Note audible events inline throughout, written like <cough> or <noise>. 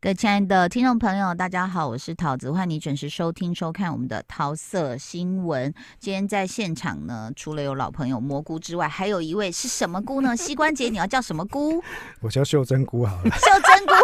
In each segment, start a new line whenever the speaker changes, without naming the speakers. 各位亲爱的听众朋友，大家好，我是桃子，欢迎你准时收听收看我们的桃色新闻。今天在现场呢，除了有老朋友蘑菇之外，还有一位是什么菇呢？膝关节你要叫什么
<laughs>
菇？
我叫秀珍
<laughs>
菇好了。
秀珍菇，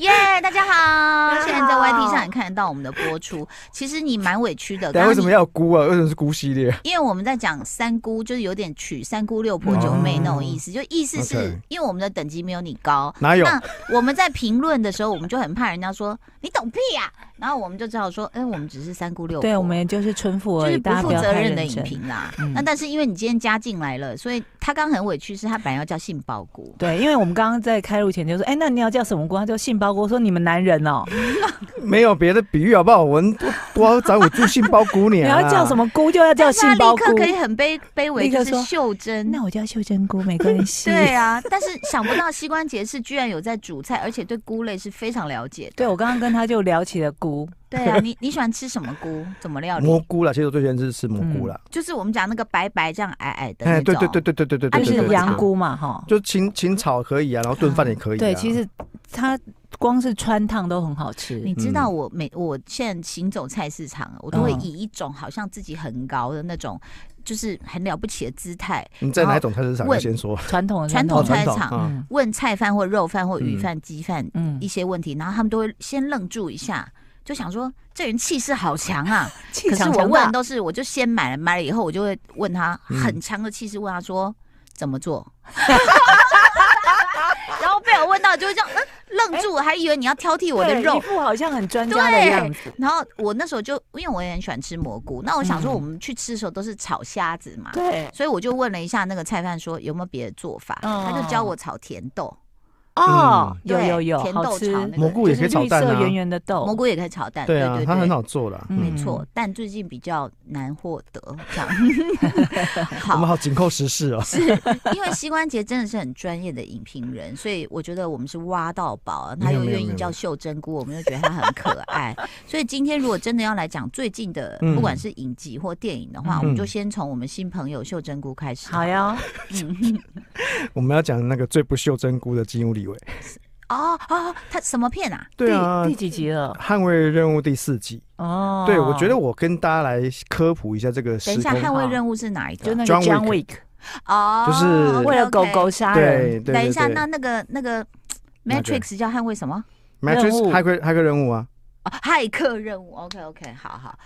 耶、大家好！
大家好
现在在 YT 上也看得到我们的播出。其实你蛮委屈的，
但为什么
要？
要菇啊？为什么是菇
<laughs>
系列？
因为我们在讲三姑，就是有点取三姑六婆九妹那种意思，就意思是
嗯 OK
因为我们的等级没有你高，
哪有
那我们在评论的时候，我们就很怕人家说你懂屁呀、然后我们就只好说，哎、我们只是三姑六婆，
对，我们就是春妇
啊就
而已，
是不
大家
负
要
责
太
任的
认
影
真。
评啦。
嗯
那但是因为你今天加进来了，所以他刚很委屈，是他本来要叫杏鲍菇，
对，因为我们刚刚在开录前就说，哎、那你要叫什么锅？他就杏鲍锅，说你们男人哦、
没有别的比喻好不好？我们多多找我住杏鲍菇你
你
<laughs>
啊！
要叫什？么菇就要叫
但是他
杏鲍
立
菇
刻。可以很卑卑微，
立刻
就是
说
秀珍。
那我叫秀珍菇没
<laughs>
关系。
对啊，但是想不到膝关节是居然有在煮菜，而且对菇类是非常了解的。
对，我刚刚跟他就聊起了菇，
对啊，你你喜欢吃什么菇？怎么料理？
蘑菇啦，其实我最喜欢吃吃蘑菇啦。
就是我们讲那个白白这样矮矮的那
哎，
种。
对对对对对对对对，
就是
对
羊，菇嘛，哈。
对对就清清炒可以啊，然后炖饭也
嗯
可以啊。
对，其实它光是穿烫都很好吃。
你知道我每我现在行走菜市场，我都会以一种好像自己很高的那种，就是很了不起的姿态，
你在哪一种菜市场
问
先说？
传统的
传
哦
统菜
传
市
统
场
啊，
嗯
问菜贩或肉贩或鱼贩、鸡贩
嗯
一，些问题，然后他们都会先愣住一下，就想说这人气势好强啊！
气
可是
场
我
强
问
大
的。都是，我就先买了，买了以后我就会问他
嗯
很强的气势，问他说怎么做。 <laughs> 然后被我问到，就会这样、嗯、愣住，还以为你要挑剔我的
对
肉
一。副好像很专家的
对
样子。
然后我那时候就，因为我也很喜欢吃蘑菇，那我想说我们去吃的时候都是炒虾子嘛，
嗯对，
所以我就问了一下那个菜贩说有没有别的做法，
嗯
他就教我炒甜豆，
哦，有
对
有有，
甜
好
豆
吃。
炒那个
蘑嗯菇
就
也
是
可以炒
绿
蛋
色
啊
圆圆的豆，
蘑菇也可以炒蛋，
对
对
啊
对，
它很
对，
好做啦。
嗯
没错，但最近比较难获得，这样
<laughs> 我
好。
们好紧扣时事哦。
是因为膝关节真的是很专业的影评人，所以我觉得我们是挖到宝啊。他
没有
又
没
愿
有没
意
有
叫秀珍菇，我们又觉得他很可爱。所以今天如果真的要来讲最近的，
嗯
不管是影集或电影的话，
嗯
我们就先从我们新朋友秀珍菇开始。嗯
好。呀，
<laughs> 我们要讲那个最不秀珍菇的金屋李维，
哦哦，他什么片啊？
对啊
第，第几集了？
捍卫任务第四集。
哦，
对，我觉得我跟大家来科普一下这个
等
时
一下，
空
捍卫任务是哪一个？
就那个
John
John Wick，
哦，
就是
OK，OK
为了狗狗。杀人，
对对对，
等一下，
对
那那个那个
那个
Matrix 叫捍卫什么？
任
Matrix
务
骇客骇客任务啊，
哦，骇客任务。OK OK，好好。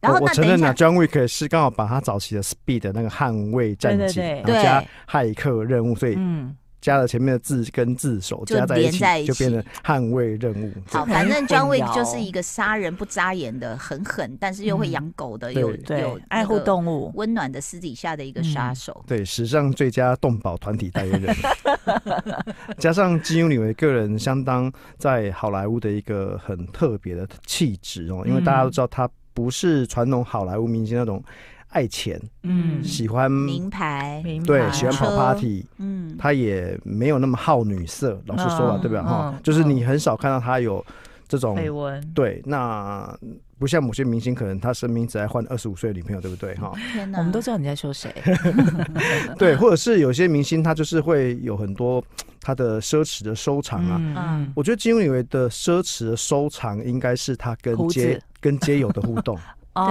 然后
我我
那
承
等一
认
下，
啊，John Wick 是刚好把他早期的 Speed 的那个捍卫战警，
对对
对
然后加骇客任务，所以
嗯，
加了前面的自跟自首
就
加在一
连在一起
起，就变成捍卫任务。
好，
这
反正
很
John
混
Wick
淆
就是一个杀人不眨眼的，很狠，但是又会
嗯
养狗的，
对嗯
有有
对，爱护、动物，
温暖的私底下的一个杀手。
对，史上最佳动保团体代言
<laughs>
人，加上金庸里维个人相当在好莱坞的一个很特别的气质哦，因为
嗯
大家都知道他不是传统好莱坞明星那种爱钱、
嗯，
喜欢
名牌，
明白，
对喜欢跑
车
party，
嗯，
他也没有那么好女色，老实说了，
嗯
对吧？
嗯
哈、
嗯
就是你很少看到他有这种
绯闻。
对，那不像某些明星，可能他生命只爱换二十五岁的女朋友，对不对？哈、
天哪，
我们都知道你在说谁，嗯
对，或者是有些明星他就是会有很多他的奢侈的收藏啊。
嗯嗯
我觉得金庸以为的奢侈的收藏应该是他跟
胡子
街跟街友的互
<laughs>
动，
哦
嗯对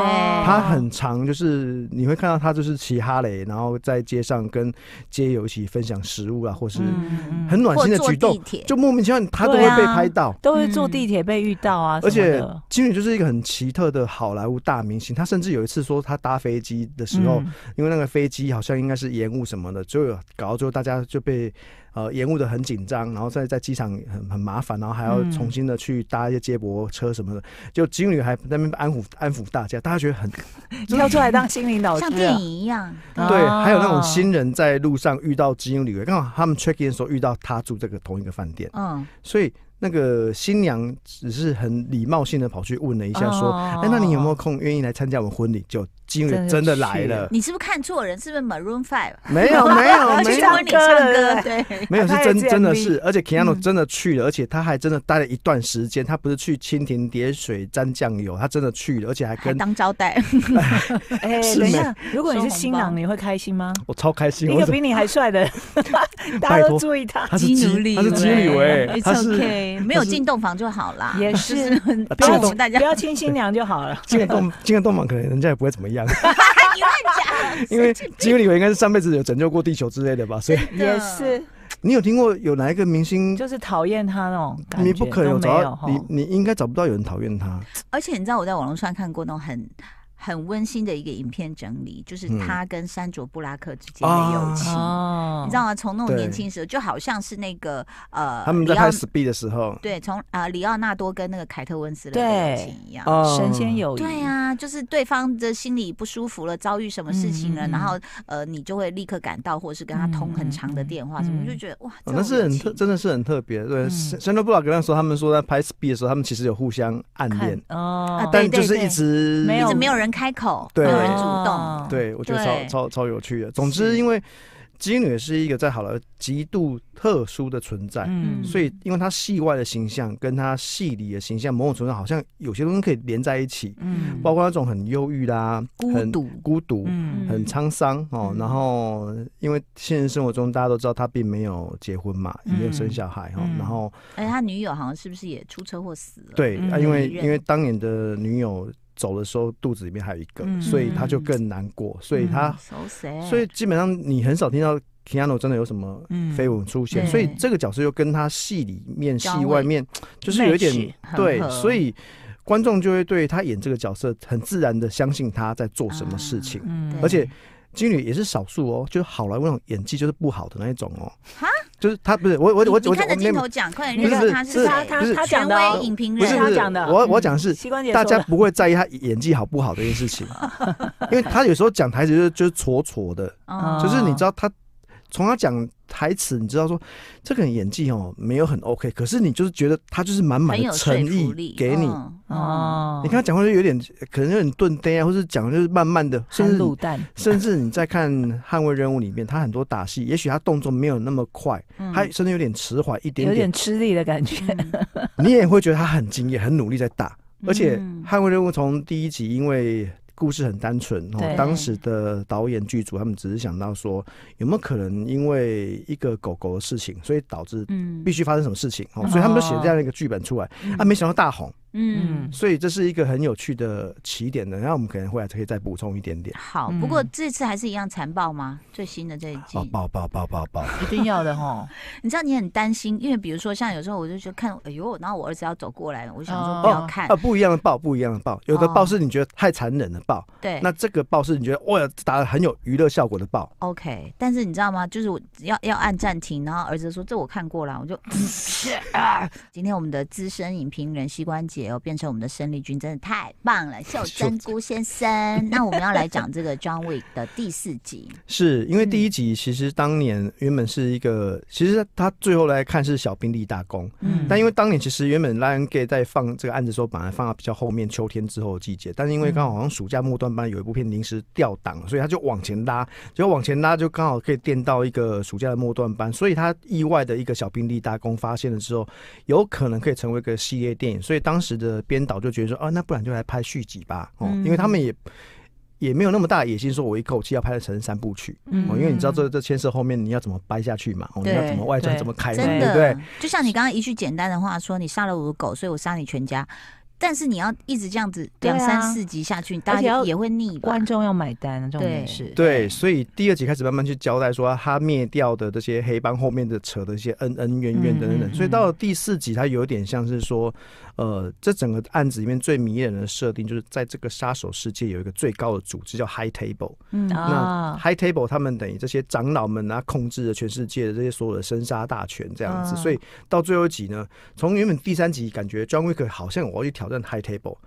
他很常就是你会看到他就是骑哈雷，然后在街上跟街友一起分享食物啊，或是
嗯
很暖
或
心的
坐
举动
地，铁，
就莫名其妙他都会
对啊
被拍到。
都会坐地铁被遇到啊，
而且
什么的
金宇就是一个很奇特的好莱坞大明星，他甚至有一次说他搭飞机的时候，
嗯
因为那个飞机好像应该是延误什么的，就有搞到最后大家就被呃延误的很紧张，然后在在机场很很麻烦，然后还要
嗯
重新的去搭一些接驳车什么的，就金宇还在那边安抚安抚大家，大家觉
<laughs>
得很
跳出来当心灵导师
像
啊，
电影一样。
啊
对，还有那种新人在路上遇到金宇，刚好他们 check in 的时候遇到他住这个同一个饭店，
嗯，
所以。那个新娘只是很礼貌性的跑去问了一下，说：“
哦
哎、那你有没有空，愿意来参加我们婚礼？”就金
真
宇
的
真的
去
来
了
了，
<laughs> 你是不是看错人？是不是 Maroon Five？
没有没
去
有哦没有
唱
婚礼唱歌，对，
没有是
他还
真
有
真的
CMB
是，而且 Keanu
嗯
真的去了，而且他还真的待了一段时间，他不是去蜻蜓点水沾酱油，他真的去了，而且还
还
跟
当招待。
哎，
是
等一
没
下，如果你
收红
是新
包
郎，你会开心吗？
我超开心，
一
我
个
怎么
比你还
<laughs>
帅的，大
拜
家都
托
注意他。
他是基他
哎
是基里维，他是啊
OK，没有进洞房就好啦。
也
就是
是，不
不要
要
我们大家
不要亲新娘就好了。
金个动金个动漫，可能人家也不会怎么样，
你乱讲，
<laughs>
<laughs>
因为基里维应该是上辈子有拯救过地球之类的吧，所以
<laughs> 也是，
你有听过有哪一个明星？
就是讨厌他那种感觉，
你不可能
都
有
没
找
有啊
到
哈。
你，你应该找不到有人讨厌他。
而且你知道我在网络上看过那种很很温馨的一个影片整理，就是
嗯啊
他跟山卓布拉克之间的友情。
哦
你知道吗？从那种
对
年轻时候，就好像是那个呃，
他们在
里奥
拍 Speed 的时候，
对，从啊、呃里奥纳多跟那个凯特温斯莱的友
对
情一样。
啊
神仙友谊，
对啊，就是对方的心里不舒服了，遭遇什么事情了，
嗯嗯嗯
然后呃，你就会立刻赶到，或者是跟他通很长的电话，
嗯嗯
什么
嗯
就觉得哇，
哦
这、
那
种
是
友
很
情
特，真的是很特别。对，
嗯
山山多布拉格那时候，他们说在拍 Speed 的时候，他们其实有互相暗恋
看，哦
啊，对
但就是一直
没
一
有
直没有人开口，没
对啊
有人主动
哦。
对，我觉得
对
超超超有趣的。总之，
是
因为基女是一个在好莱坞极度特殊的存在，
嗯
所以因为她戏外的形象跟她戏里的形象，某种程度上好像有些东西可以连在一起，
嗯
包括那种很忧郁啦、
孤
很
独，
孤独、
嗯
很沧桑哦。
嗯
然后，因为现实生活中大家都知道她并没有结婚嘛，也没有生
嗯
小孩哦。
嗯
然后，
而且哎他女友好像是不是也出车祸死了？
对，啊
嗯
因为
女人
因为当年的女友走的时候，肚子里面还有一个，
嗯
所以她就更难过，所以她
嗯
，so sad。
所以基本上你很少听到 Keanu 真的有什么
嗯
绯闻出现，
对
所以这个角色又跟他戏里面、戏
交位
外面就是有一点
match，
很
对
合，
所以观众就会对他演这个角色很自然的相信他在做什么事情。
嗯
而且金女也是少数哦，就是好莱坞那种演技就是不好的那一种哦
哈，
就是他不是我我我我
你
我
看着
没
镜
有
头讲，快点
不
认
是
识他
是
是
他
谁？
他
不是
他
权
讲的哦
威影评
啊不是
人，
不
他
是
讲的
我我讲的是
膝关节
大
说
家
的
不会在意他演技好不好这件
<laughs>
事情，因为他有时候讲台词就是就是挫挫的，
嗯
就是你知道他从他讲台词，你知道说这个人演技哦没有很 OK，可是你就是觉得他就是满满
很
的
有说
诚
服力
意，给你。啊
嗯哦，
哦，
你看他讲话就有点可能有点钝呆啊，或是讲就是慢慢的，甚
含
至
卤
你
蛋，
<laughs> 甚至你在看《捍卫任务》里面，他很多打戏，也许他动作没有那么快，
嗯
他甚至有点迟缓一点
有
点
点，吃力的感觉，
嗯
<laughs> 你也会觉得他很敬业、很努力在打。 <laughs> 而且
嗯
《捍卫任务》从第一集因为故事很单纯哦
对，
当时的导演剧组他们只是想到说，有没有可能因为一个狗狗的事情，所以导致
嗯
必须发生什么事情哦，
嗯
所以他们就写这样一个剧本出来
嗯
啊，没想到大红，
嗯
嗯。
所以这是一个很有趣的起点的。然后我们可能会还可以再补充一点点。
好，
嗯
不过这次还是一样残暴吗？最新的这一季，
哦，爆爆爆爆爆！
一定要
<laughs>
的
哦
吼，
你知道你很担心，因为比如说像有时候我就觉得看，哎呦，然后我儿子要走过来了，我就想说
哦
不要看，
啊，不一样的爆，不一样的爆。有的爆
哦
是你觉得太残忍的爆，
对，
那这个爆是你觉得哇打的很有娱乐效果的爆。
OK，但是你知道吗？就是我要要按暂停，然后儿子说这我看过了，我就 <laughs> 啊今天我们的资深影评人膝关节哦，变成我们的生力军，真的太棒了，秀珍菇先生。那我们要来讲这个 John Wick 的第四集，
是
嗯
因为第一集其实当年原本是一个，其实他最后来看是小兵立大功，
嗯
<laughs> 嗯，
但因为当年其实原本 Lion Gay 在放这个案子的时候，本来放到比较后面秋天之后的季节，但是因为刚好好像暑假末段班有一部片临时调档，所以他就往前拉，结果往前拉就刚好可以垫到一个暑假的末段班，所以他意外的一个小兵立大功发现了之后，有可能可以成为一个系列电影，所以当时的编导就觉得说，啊，那不然就来拍续集吧，哦，
嗯
因为他们也。也没有那么大的野心，说我一口气要拍成三部曲、哦，
嗯
因为你知道这这牵涉后面你要怎么掰下去嘛，哦，你
对
要怎么外传
对
怎么开嘛，
真
对
的，
不对？
就像你刚刚一句简单的话说，你杀了我的狗，所以我杀你全家。但是你要一直这样子
对啊
两三四集下去，大
而且
家
要
也会腻吧？
嗯观众要买单，重
对
点是，
对，所以第二集开始慢慢去交代说他灭掉的这些黑帮后面的扯的一些恩恩怨怨等等等，
嗯嗯嗯
所以到了第四集，他有点像是说，呃，这整个案子里面最迷人的设定就是在这个杀手世界有一个最高的组织叫 High Table，、
嗯
那
啊，
High Table 他们等于这些长老们啊控制了全世界的这些所有的生杀大权这样子，
嗯
所以到最后一集呢，从原本第三集感觉 John Wick 好像我要去挑战 High Table，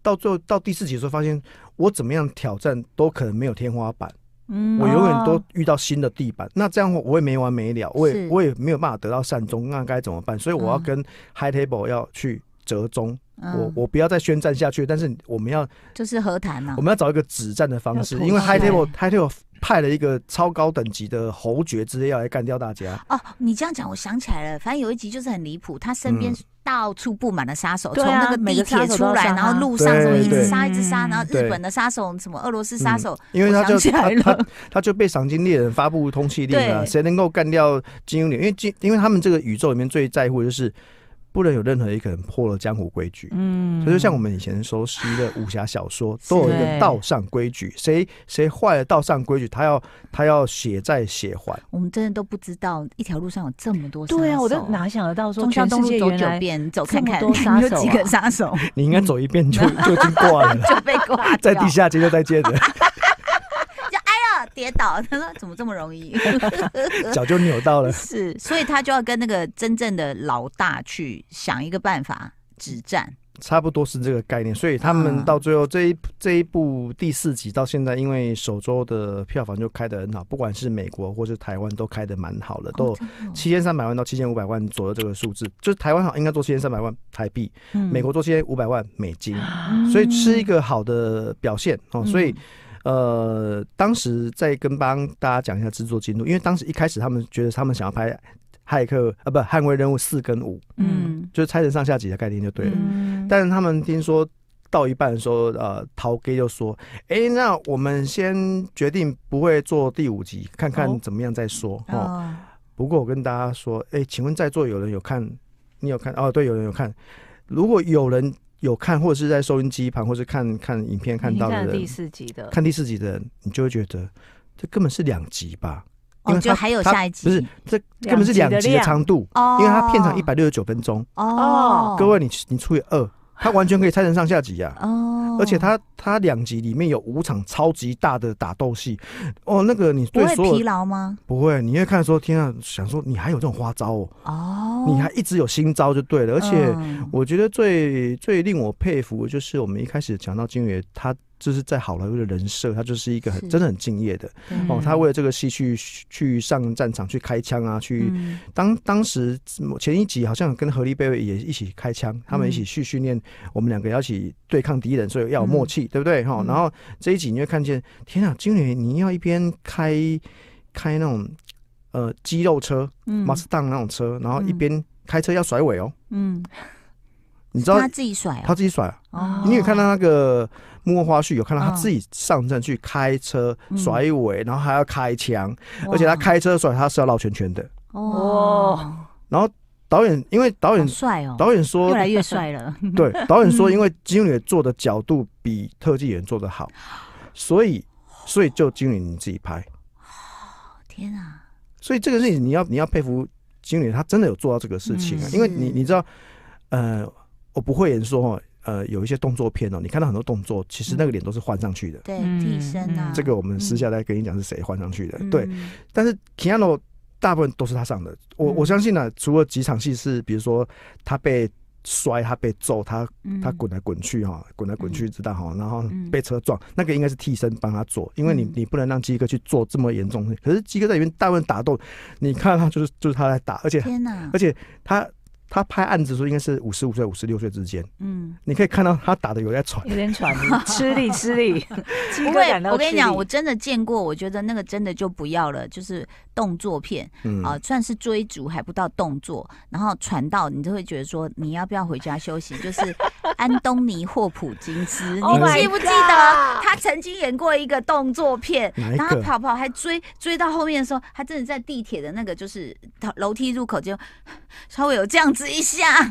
到最后到第四集的时候发现我怎么样挑战都可能没有天花板。
嗯
我永远都
<laughs> 哦
遇到新的地板，那这样我也没完没了，我
哦是
也我也没有办法得到善终，那该怎么办？所以我要
嗯
跟 High Table 要去折中，
嗯
我，我不要再宣战下去，但是我们要
就是和谈啊嘛
我。们要找一个止战的方式，
要妥
因为
协
High Table High Table 派了一个超高等级的侯爵之类要来干掉大
<laughs>
家，
哦，你这样讲，我想起来了，反正有一集就是很离谱，他身边
嗯
到处布满了杀手，
对
从、
啊
那个
每
地
个杀
铁
手
出
都要
来，
杀
然后
他嗯
路上什么
对
一直
对
杀一直杀，然后日
对
本的杀手，什么俄罗斯杀手，
因为
我
他
想
就
起来
他
了
他他就被赏金猎人发布通缉令了、
对
谁能够干掉金庸脸？因为金因为他们这个宇宙里面最在乎的就是不能有任何一个人破了江湖规矩。
嗯
所以就啊像我们以前熟悉的武侠小说，都有一
对
个道上规矩，谁谁坏了道上规矩，他要他要血债血还。
我们真的都不知道一条路上有这么多杀手。
对啊，我都哪想得到说
中
全
山
世
东
界
路走
原
九
来
遍，你走
这
看
么
看，
多杀
有
手
几
啊
个杀手
<laughs>
你应该走一遍就就已经挂了，
就被挂
在
掉
地下街就再见了，
啊跌倒。他说怎么这么容
<laughs>
易？
脚就扭到了。
是，所以他就要跟那个真正的老大去想一个办法止战。
差不多是这个概念，所以他们
嗯
到最后这一这一部第四集到现在，因为首周的票房就开得很好，不管是美国或是台湾都开得蛮好的，都
哦真的哦
七千三百万到七千五百万左右这个数字，就是台湾好像应该做七千三百万台币，
嗯
美国做七千五百万美金，所以是一个好的表现哦，
嗯
所以。呃，当时再跟帮大家讲一下制作进度，因为当时一开始他们觉得他们想要拍《骇客》啊，不，《捍卫任务》四跟五，
嗯，
就是拆成上下集的概念就对了。
嗯
但是他们听说到一半的时候，呃，陶哥就说：“哎、那我们先决定不会做第五集，看
哦
看怎么样再说。”哦，
哦，
不过我跟大家说，哎、请问在座有人有看？你有看？哦，对，有人有看。如果有人有看，或者是在收音机旁，或是看看影片看
已经
到的
看了第
人，
四集的，
<laughs>
看第四集的人，你就会觉得这根本是两集吧？因
哦，
为
就
他
还有
他
下一集，
不是这根本是两
两集
集
的
的
量
长度，
哦，
因为它片长一百六十九分钟。
哦，
各位你，你除以二，它完全可以拆成上下集呀、啊
<laughs> 哦，
而且它它两集里面有五场超级大的打斗戏，哦，那个你
不
对
会
所
疲
有
劳吗？
不会，你会看说天啊，想说你还有这种花招哦，
哦，
你还一直有新招就对了。而且
嗯
我觉得最最令我佩服的就是我们一开始讲到金宇，他就是在好莱坞的人设，他就是一个很
是
真的很敬业的
对
哦
嗯，
他为了这个戏去去上战场去开枪啊，去
嗯
当当时前一集好像跟何丽贝贝也一起开枪，他
嗯
们一起去训练，我们两个要一起对抗敌人，所以要有默契，对不对？哈、
嗯
然后这一集你会看见，天啊，经理你要一边开开那种呃肌肉车、
嗯
马斯当那种车，然后
嗯
一边开车要甩尾哦，
嗯，
你知道
他自己甩
他自己甩，啊
哦，
你有看到那个幕后花絮，有看到他
嗯
自己上阵去开车、
嗯
甩尾，然后还要开枪，
哇
而且他开车甩他是要绕圈圈的。
哦，
然后导演因为导
好
演。
帅哦，
导演说哦
越来
<laughs>
嗯越帅了， <laughs>
对，导演说，因为金宇做的角度比特技演做的好，所以所以就金宇你自己拍，
天啊，
所以这个事情你要你要佩服金宇，他真的有做到这个事情啊，
嗯
因为
是
你你知道，呃，我不会演说哦，呃，有一些动作片哦，你看到很多动作，其实那个脸都是换上去的。
对，
嗯
替身啊，
嗯
这个我们私下再跟你讲是谁换上去的，
嗯
对。，但是 Keanu 大部分都是他上的，我我
嗯
相信呢、除了几场戏是，比如说他被摔、他被揍、他
嗯
他滚来滚去哈，滚来滚去，知道哈，然后
嗯
被车撞，那个应该是替身帮他做，因为你
嗯
你不能让鸡哥去做这么严重的事。可是鸡哥在里面大部分打斗，你看到他就是就是他在打，而且
天哪
而，且他他拍案子的时候应该是五十五岁五十六岁之间，
嗯，
你可以看到他打的有在喘，
有点喘， <laughs> 吃力吃
<laughs>
力，鸡
不
哥
会
感，到
我跟
吃
你讲，
力
我真的见过，我觉得那个真的就不要了，就是动作片
嗯，
啊，算是追逐还不到动作，然后传到你就会觉得说你要不要回家休息？就是 <laughs> 安东尼·霍普金斯，你
Oh my
记不记得
God
他曾经演过一个动作片？
哪一
然后
个
他跑跑还追追到后面的时候，他真的在地铁的那个就是楼梯入口就稍微有这样子一下。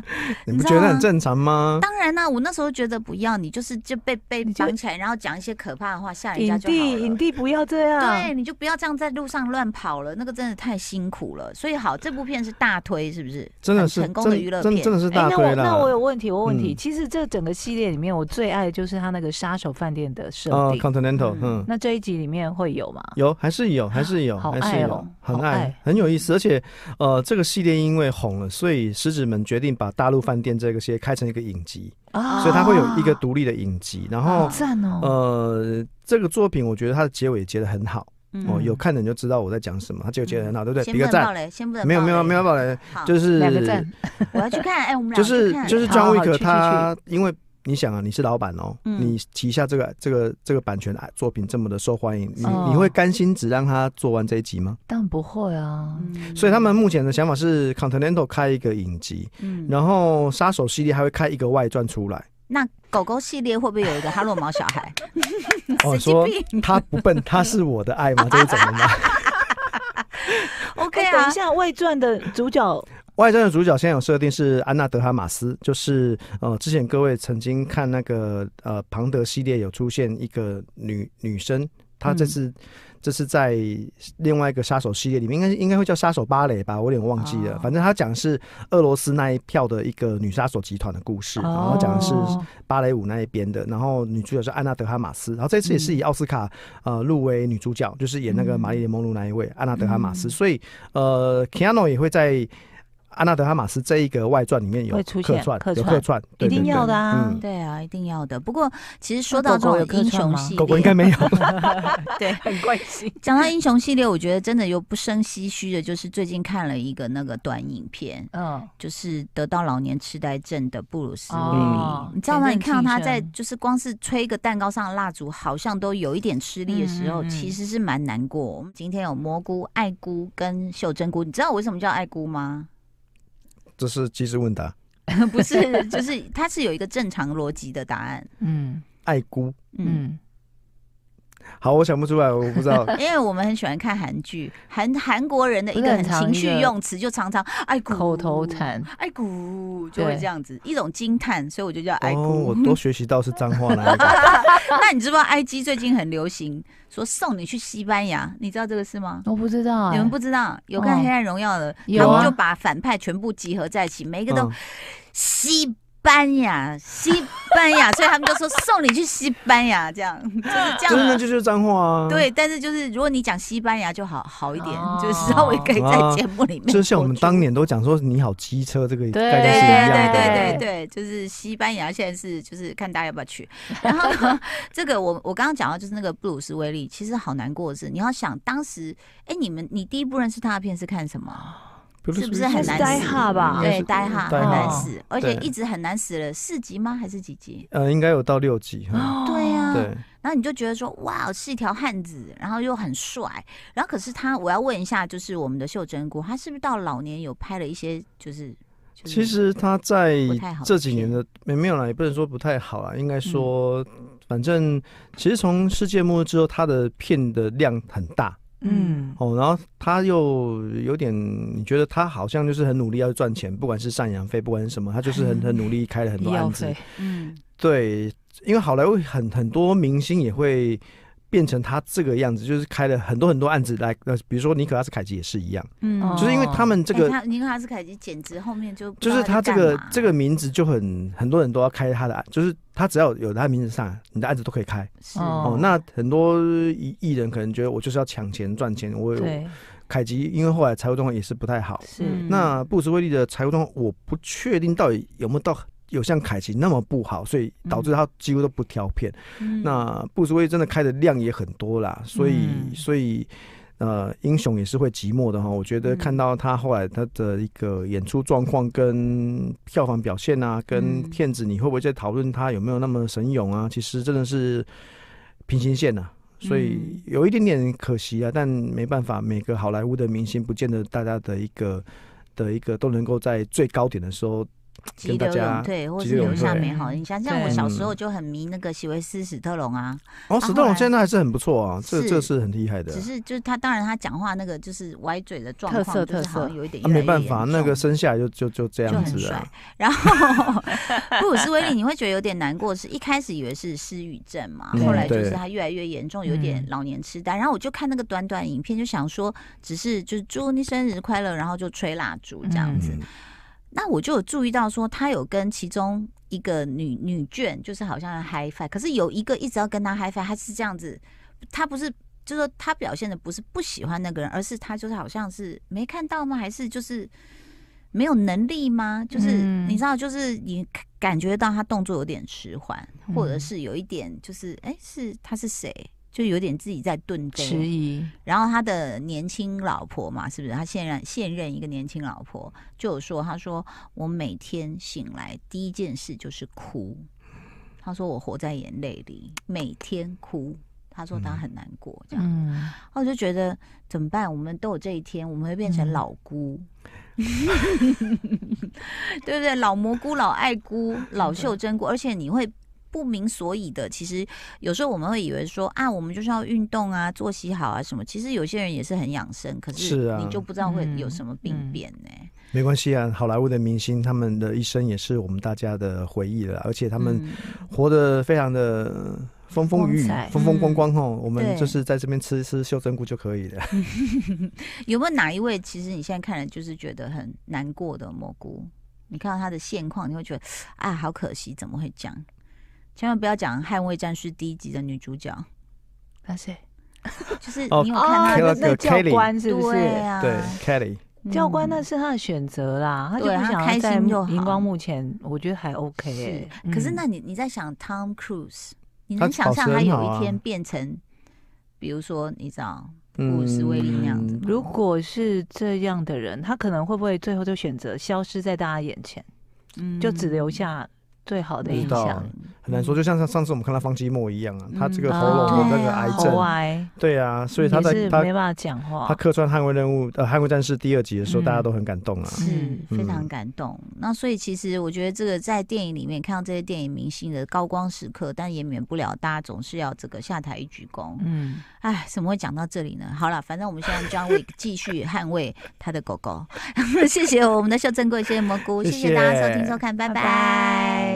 你
你
不
知
觉得
道
很
吗
正常吗？
当然啦、我那时候觉得不要你，就是就被被
你就
绑起来，然后讲一些可怕的话吓人家
影
就好
帝影
了。
帝不要这样，
对，
嗯
你就不要这样在路上乱跑了，那个真的太辛苦了。所以好，这部片是大推，是不是？
真的
很
是
成功的娱
真
乐
真
片。
真的是
哎，
大
那我
推
那我
啦。
有问题，我有问题。
嗯
其实这整个系列里面，我最爱的就是他那个杀手饭店的设
哦
定。
，Continental，嗯，
那这一集里面会有吗？
<laughs> 有还是有还是有
好
还是
爱
有
哦，
很
好
爱
爱
很有意思，而且呃，这个系列因为红了，所以狮子们决定把大陆饭店这个系列开成一个影集，
啊
所以它会有一个独立的影集。然后呃
好赞哦。
呃，这个作品我觉得它的结尾结得很好，
嗯
哦，有看的你就知道我在讲什么，他就觉得很啊好，对不对？
先
比
不
个
能爆
赞，
雷，先不能
没有
爆
没有
雷
没有，爆雷，
好
就是
两个赞，
我要去看，哎，我们俩
就是就是
好好
John
去
Wick
去
他，因为你想啊，你是老板哦，
嗯
你旗下这个这个这个版权啊作品这么的受欢迎，你
哦
你会甘心只让他做完这一集吗？
但不会啊，
嗯
所以他们目前的想法是 Continental 开一个影集，
嗯，
然后杀手系列还会开一个外传
<laughs>
出来。
那狗狗系列会不会有一个哈洛毛小
<laughs>
孩？
哦，
神经
说
病
<laughs> 他不笨，他是我的爱吗？这是怎么
<laughs>
吗？
，OK
哎，等
啊
一，下，外传的主角
外传的主角现在有设定是安娜德哈马斯，就是呃，之前各位曾经看那个呃庞德系列有出现一个女女生，她这次、
嗯
这是在另外一个杀手系列里面，应该是应该会叫杀手芭蕾吧，我有点忘记了。
哦
反正她讲的是俄罗斯那一票的一个女杀手集团的故事，然后讲的是
哦
芭蕾舞那一边的，然后女主角是安娜德哈马斯，然后这次也是以奥斯卡、呃入围女主角，就是演那个玛丽莲梦露那一位、安娜德哈马
嗯
斯，所以呃，Keanu 也会在安娜德哈马斯这一个外传里面有
会出现
客串，
客
有
串
客串，对
一定要的啊
对对
对啊，一定要的。不过其实说
那
到
狗
这
狗有
种
客
英
串
雄
吗
系
嗯
列，
狗狗应该没有，嗯
对。
很关心，
<laughs> 讲到英雄系列，我觉得真的有不生唏嘘的，就是最近看了一个那个短影片，
<laughs> 嗯，
就是得到老年痴呆症的布鲁斯威利。
哦
嗯
你知道吗？
前
你
阵
看到他
庆生
在就是光是吹一个蛋糕上的蜡烛，好像都有一点吃力的时候，
嗯嗯嗯
其实是蛮难过。我们今天有蘑菇、爱菇跟袖珍菇，你知道我为什么叫爱菇吗？ <laughs>
这是即时问答，
不是，就是它是有一个正常逻辑的答案。
嗯
爱姑。
嗯，
嗯，
好，我想不出来，我不知道。
因为我们很喜欢看韩剧，韩韩国人的一
不
个
是
很
很常
情绪
一个
用词，就常常爱菇
口头禅，
爱菇就会
对
这样子，一种惊叹，所以我就叫爱菇。
哦，
<laughs>
我多学习到是脏话那一个。
那你知不知道 IG 最近很流行说送你去西班牙？你知道这个事吗？
我不知道，
你们不知道，有看
哎哦
《黑暗荣耀》的，他
有
们
啊
就把反派全部集合在一起，每一个都
嗯
西班牙，西班牙， <laughs> 所以他们就说送你去西班牙，这样 <laughs> 就是这
真的
样。
就是脏话啊！，
对，但是就是如果你讲西班牙就好好一点，
哦
就是稍微可以在节目里面播出，
<laughs> 就像我们当年都讲说“你好机车”这个
对
概
对
念是一样的。
对对对对，就是西班牙现在是就是看大家要不要去。 <laughs> 然后呢，这个我我刚刚讲到就是那个布鲁斯威利，其实好难过的是，你要想当时，哎，你们你第一部认识他的片是看什么？是不是很难死
呆哈吧应该
对，呆哈
呆
很
哈
难死，而且
哦对
一直很难死了四集吗？还是几集？
呃，应该有到六集。
哦
嗯
对呀、
对，
然后你就觉得说，哇，哦是一条汉子，然后又很帅，然后可是他，我要问一下，就是我们的袖珍菇，他是不是到老年有拍了一些，就是，就是
其实他在
不太好的
这几年的没没有啦，也不能说不太好啦，应该说，反正其实从世界末日之后，他的片的量很大
嗯，
哦，然后他又有点，你觉得他好像就是很努力要赚钱，不管是赡养费，不管是什么，他就是很很努力开了很
医
多
药
案子
费，，
嗯，
对，因为好莱坞很很多明星也会变成他这个样子，就是开了很多很多案子来，呃，比如说尼可拉斯凯奇也是一样，
嗯
哦
就是因为他们这个
哎他尼克拉斯凯奇简直后面就不知
就
道
是他这
在
个
干嘛
这个名字就很很多人都要开他的案，就是他只要有他名字上，你的案子都可以开
是
哦
哦那很多艺艺人可能觉得我就是要抢钱赚钱，我
对，
凯吉因为后来财务状况也是不太好，
是，
嗯
那布鲁斯威利的财务状况我不确定到底有没有到有像凯奇那么不好，所以导致他几乎都不挑片。
嗯
那布鲁斯威利真的开的量也很多啦，所以、
嗯
所以。呃，英雄也是会寂寞的哈。我觉得
嗯
看到他后来他的一个演出状况、跟票房表现啊，跟
嗯
片子，你会不会在讨论他有没有那么神勇啊？其实真的是平行线呐、啊所以
嗯
有一点点可惜啊。但没办法，每个好莱坞的明星不见得大家的一个的一个都能够在最高点的时候
急
跟大
流
家
勇退，或
急
是
流
留
勇嗯
下
退
美好的印象。像我
对
小时候就很迷那个席维斯史特龙啊，
哦，
啊
史特
后来
龙现在还是很不错啊，这
是
这是很厉害的。
只是就是他，当然他讲话那个就是歪嘴的状
特
况，
色
就是
特
好像
色
有一点
啊，
越来
没
越
办法，
严
那个
重
生下来就就就这
就
样
很
子啊
帅。然后 <laughs> 布鲁斯威利，你会觉得有点难过，是一开始以为是失语症嘛，
嗯
后来就
对
是他越来越严重，有点
嗯
老年痴呆。然后我就看那个短短影片，就想说，只是就是祝你生日快乐，然后就吹蜡烛这样子。
嗯，
那我就有注意到说，他有跟其中一个女女眷，就是好像要嗨翻，可是有一个一直要跟他嗨翻，他是这样子，他不是。就是说他表现的不是不喜欢那个人，而是他就是好像是没看到吗？还是就是没有能力吗？就是、
嗯
你知道，就是你嗯
嗯
感觉到他动作有点迟缓，或者是有一点就是哎、是他是谁？就有点自己在炖
迟
粥。
疑，
然后他的年轻老婆嘛，是不是？他现任现任一个年轻老婆就有说，他说我每天醒来第一件事就是哭，他说我活在眼泪里，每天哭。他说他很难过，这样，
嗯，
然后我就觉得怎么办？我们都有这一天，我们会变成
嗯
老姑， <laughs> 对不对？老蘑菇、老爱菇、老袖珍菇，而且你会不明所以的。其实有时候我们会以为说啊，我们就是要运动啊，作息好啊什么。其实有些人也是很养生，可
是
是
啊
你就不知道会有什么病
嗯嗯
变呢、
没关系啊，好莱坞的明星他们的一生也是我们大家的回忆了，而且他们
嗯
活得非常的风风雨
光
雨
彩、
风风光光吼。我们
嗯对
就是在这边吃吃袖珍菇就可以了。
有没有哪一位其实你现在看了就是觉得很难过的蘑菇？你看到他的现况，你会觉得啊，好可惜，怎么会这样？千万不要讲《捍卫战士》第一集的女 <laughs> 主角，
那谁？
就是
哦
你有看她
那
的
个
那教
Kelly
官是不是？
对啊，
<laughs> 对，Kelly，
嗯
教官那是他的选择啦，他就
对
不
他
想
开
要在
心就好
荧光幕前，我觉得还 OK
是
欸、，
可是
嗯
那你你在想 Tom Cruise，你
他
能想
保持
象他
很
有
好
一
啊
天变成，
啊
比如说你知道布
嗯
鲁斯威利那样子吗？
如果是这样的人，他可能会不会最后就选择消失在大家眼前，
嗯
就只留下最好的
不
印
知道
象？
很难说，就像上上次我们看到方积莫一样啊，他这个
嗯
喉咙的那个癌
哦
喉
症，
癌，
对啊，所以他
也
在
是
他
没办法讲话
他。客串《捍卫任务》呃，《捍卫战士》第二集的时候，
嗯
大家都很感动啊。
是
嗯
非常
嗯
感动。那所以其实我觉得这个在电影里面看到这些电影明星的高光时刻，但也免不了大家总是要这个下台一鞠躬。
嗯，
哎，怎么会讲到这里呢？好了，反正我们现在 John Wick 继续捍卫他 <laughs> 的狗狗。谢谢我们的秀珍贵，谢谢蘑菇，谢
谢
谢大家收
谢
听收看，拜
拜
拜
拜